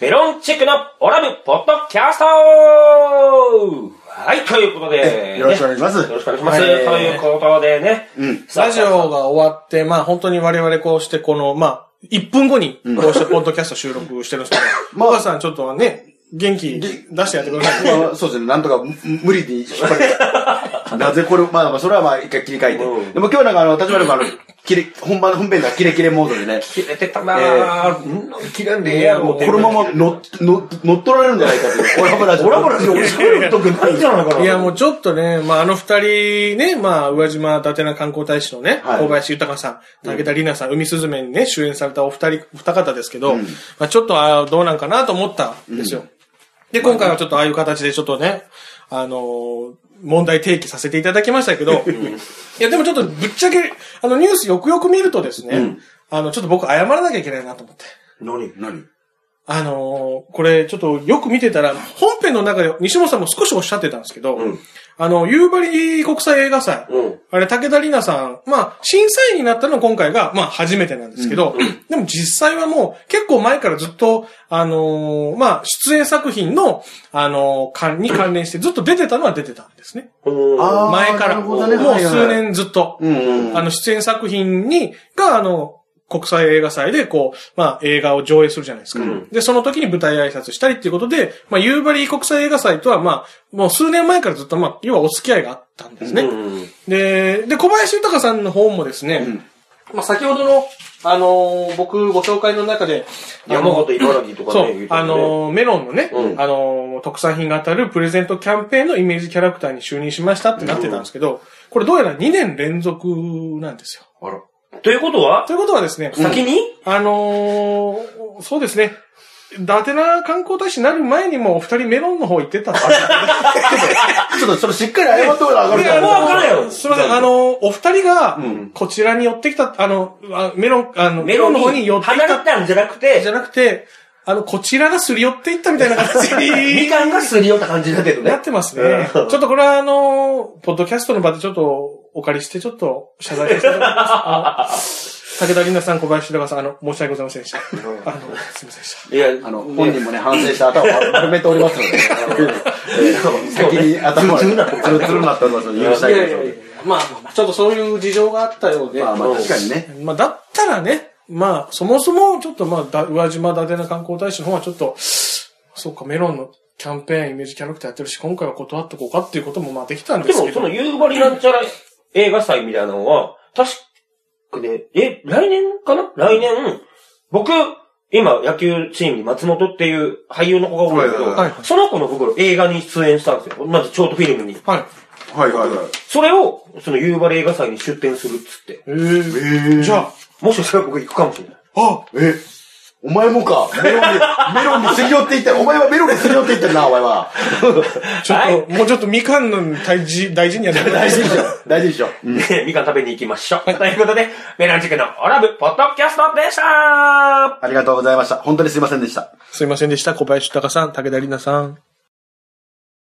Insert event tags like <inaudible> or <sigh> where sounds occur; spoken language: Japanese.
メロンチックのオラブポッドキャストはい、ということで、よろしくお願いしますよろしくお願いします。はいということでね、うん。ラジオが終わって、まあ本当に我々こうしてこの、まあ、1分後にこうしてポッドキャスト収録してるんですけど、 <laughs> まあお母さんちょっとね、元気出してやってくださいね。まあ、そうですね。なんとかむ無理に引っ張って。なぜこれ、まあまあ、それはまあ、一回切り替えて。うんでも今日なんか、あの、立花もあの、キレ、本番の本編がキレキレモードでね。切れてたなぁ。うん切れんでええやろ、このまま乗っ、乗っ乗っ取られるんじゃないかという。オラブラジオ。オラブラジオ、喋るときないんじゃないかな。いや、もうちょっとね、まあ、あの二人ね、まあ、宇和島伊達な観光大使のね、はい小林豊さん、武田里奈さん、海すずめにね、主演されたお二人、お二方ですけど、まあ、ちょっと、ああ、どうなんかなと思ったんですよ。で、今回はちょっとああいう形でちょっとね、あのー問題提起させていただきましたけど、いや、でもちょっとぶっちゃけ、あのニュースよくよく見るとですね、あの、ちょっと僕謝らなきゃいけないなと思って。何何あのーこれ、ちょっとよく見てたら、本編の中で西本さんも少しおっしゃってたんですけど、うんあの、夕張国際映画祭、うんあれ、武田里奈さん、まあ、審査員になったのは今回が、まあ、初めてなんですけど、でも実際はもう、結構前からずっと、あのーまあ、出演作品の、あのー関に関連してずっと出てたのは出てたんですね。うんあー前から、なるもほどうねはいはい数年ずっと。うん。あの、出演作品に、が、あの、国際映画祭で、こう、まあ、映画を上映するじゃないですか。で、その時に舞台挨拶したりっていうことで、まあ、夕張国際映画祭とは、まあ、もう数年前からずっと、まあ、要はお付き合いがあったんですね。うんで、で、小林豊さんの方もですね、んまあ、先ほどの、あのー僕ご紹介の中で、山形、茨城とかそね、言う、てたあね、のーメロンのね、うんあのー特産品が当たるプレゼントキャンペーンのイメージキャラクターに就任しましたってなってたんですけど、これどうやら2年連続なんですよ。あら。ということは、ということはですね、先にあのー、そうですね。伊達な観光大使になる前にもお二人メロンの方行ってたんですよちょっと、それしっかり謝ってもらわかるいやもう分か。かららんよすいません、あのー、お二人がん、こちらに寄ってきた、あの、あメロン、あの、メロンのの方方にに寄ってき離れた、たんじゃなくてじゃ、なくて、あの、こちらがすり寄っていったみたいな形みにかんがすり寄った感じだけど <laughs> なねっ。てますね。ちょっとこれはあのー、ポッドキャストの場でちょっとお借りして、ちょっと謝罪させていただきますあの。武田里奈さん、小林隆さん、あの、申し訳ございませんでした。あの、すいませんでした。いや、あの、本人もね、反省した頭を丸めておりますので、先に頭を、つるつるになっておりますので、許したいですので。まあ、まあちょっとそういう事情があったようで。まあままあ、確かにね。あ、だったらね、まあ、そもそも、ちょっとまあだ、宇和島伊達な観光大使の方はちょっと、そうか、メロンのキャンペーン、イメージキャラクターやってるし、今回は断っとこうかっていうこともまあできたんでですもけ、そど。の夕張なんちゃら映画祭みたいなのは、確かね、え、来年かな来年、僕、今、野球チームに松本っていう俳優の子がおるんだけはいはいはいど、その子の僕、映画に出演したんですよ。まず、ショートフィルムに。はい。はいはいはい。それを、その夕張映画祭に出展するっつって。えー、ええ。じゃあ、もしかしたら僕行くかもしれない。あえお前もかメロンに、メロンにすり寄っていったお前はメロンにすり寄っていったな、お前は。ちょっと、もうちょっとみかんの大事、大事にやってくだ <laughs> 大さ事いで。しょ。大事でしょ。うん。ねみかん食べに行きましょう。ということで、メランチクのオラブポッドキャストでしたありがとうございました。本当にすいませんでした。すいませんでした、小林隆さん、武田里奈さん。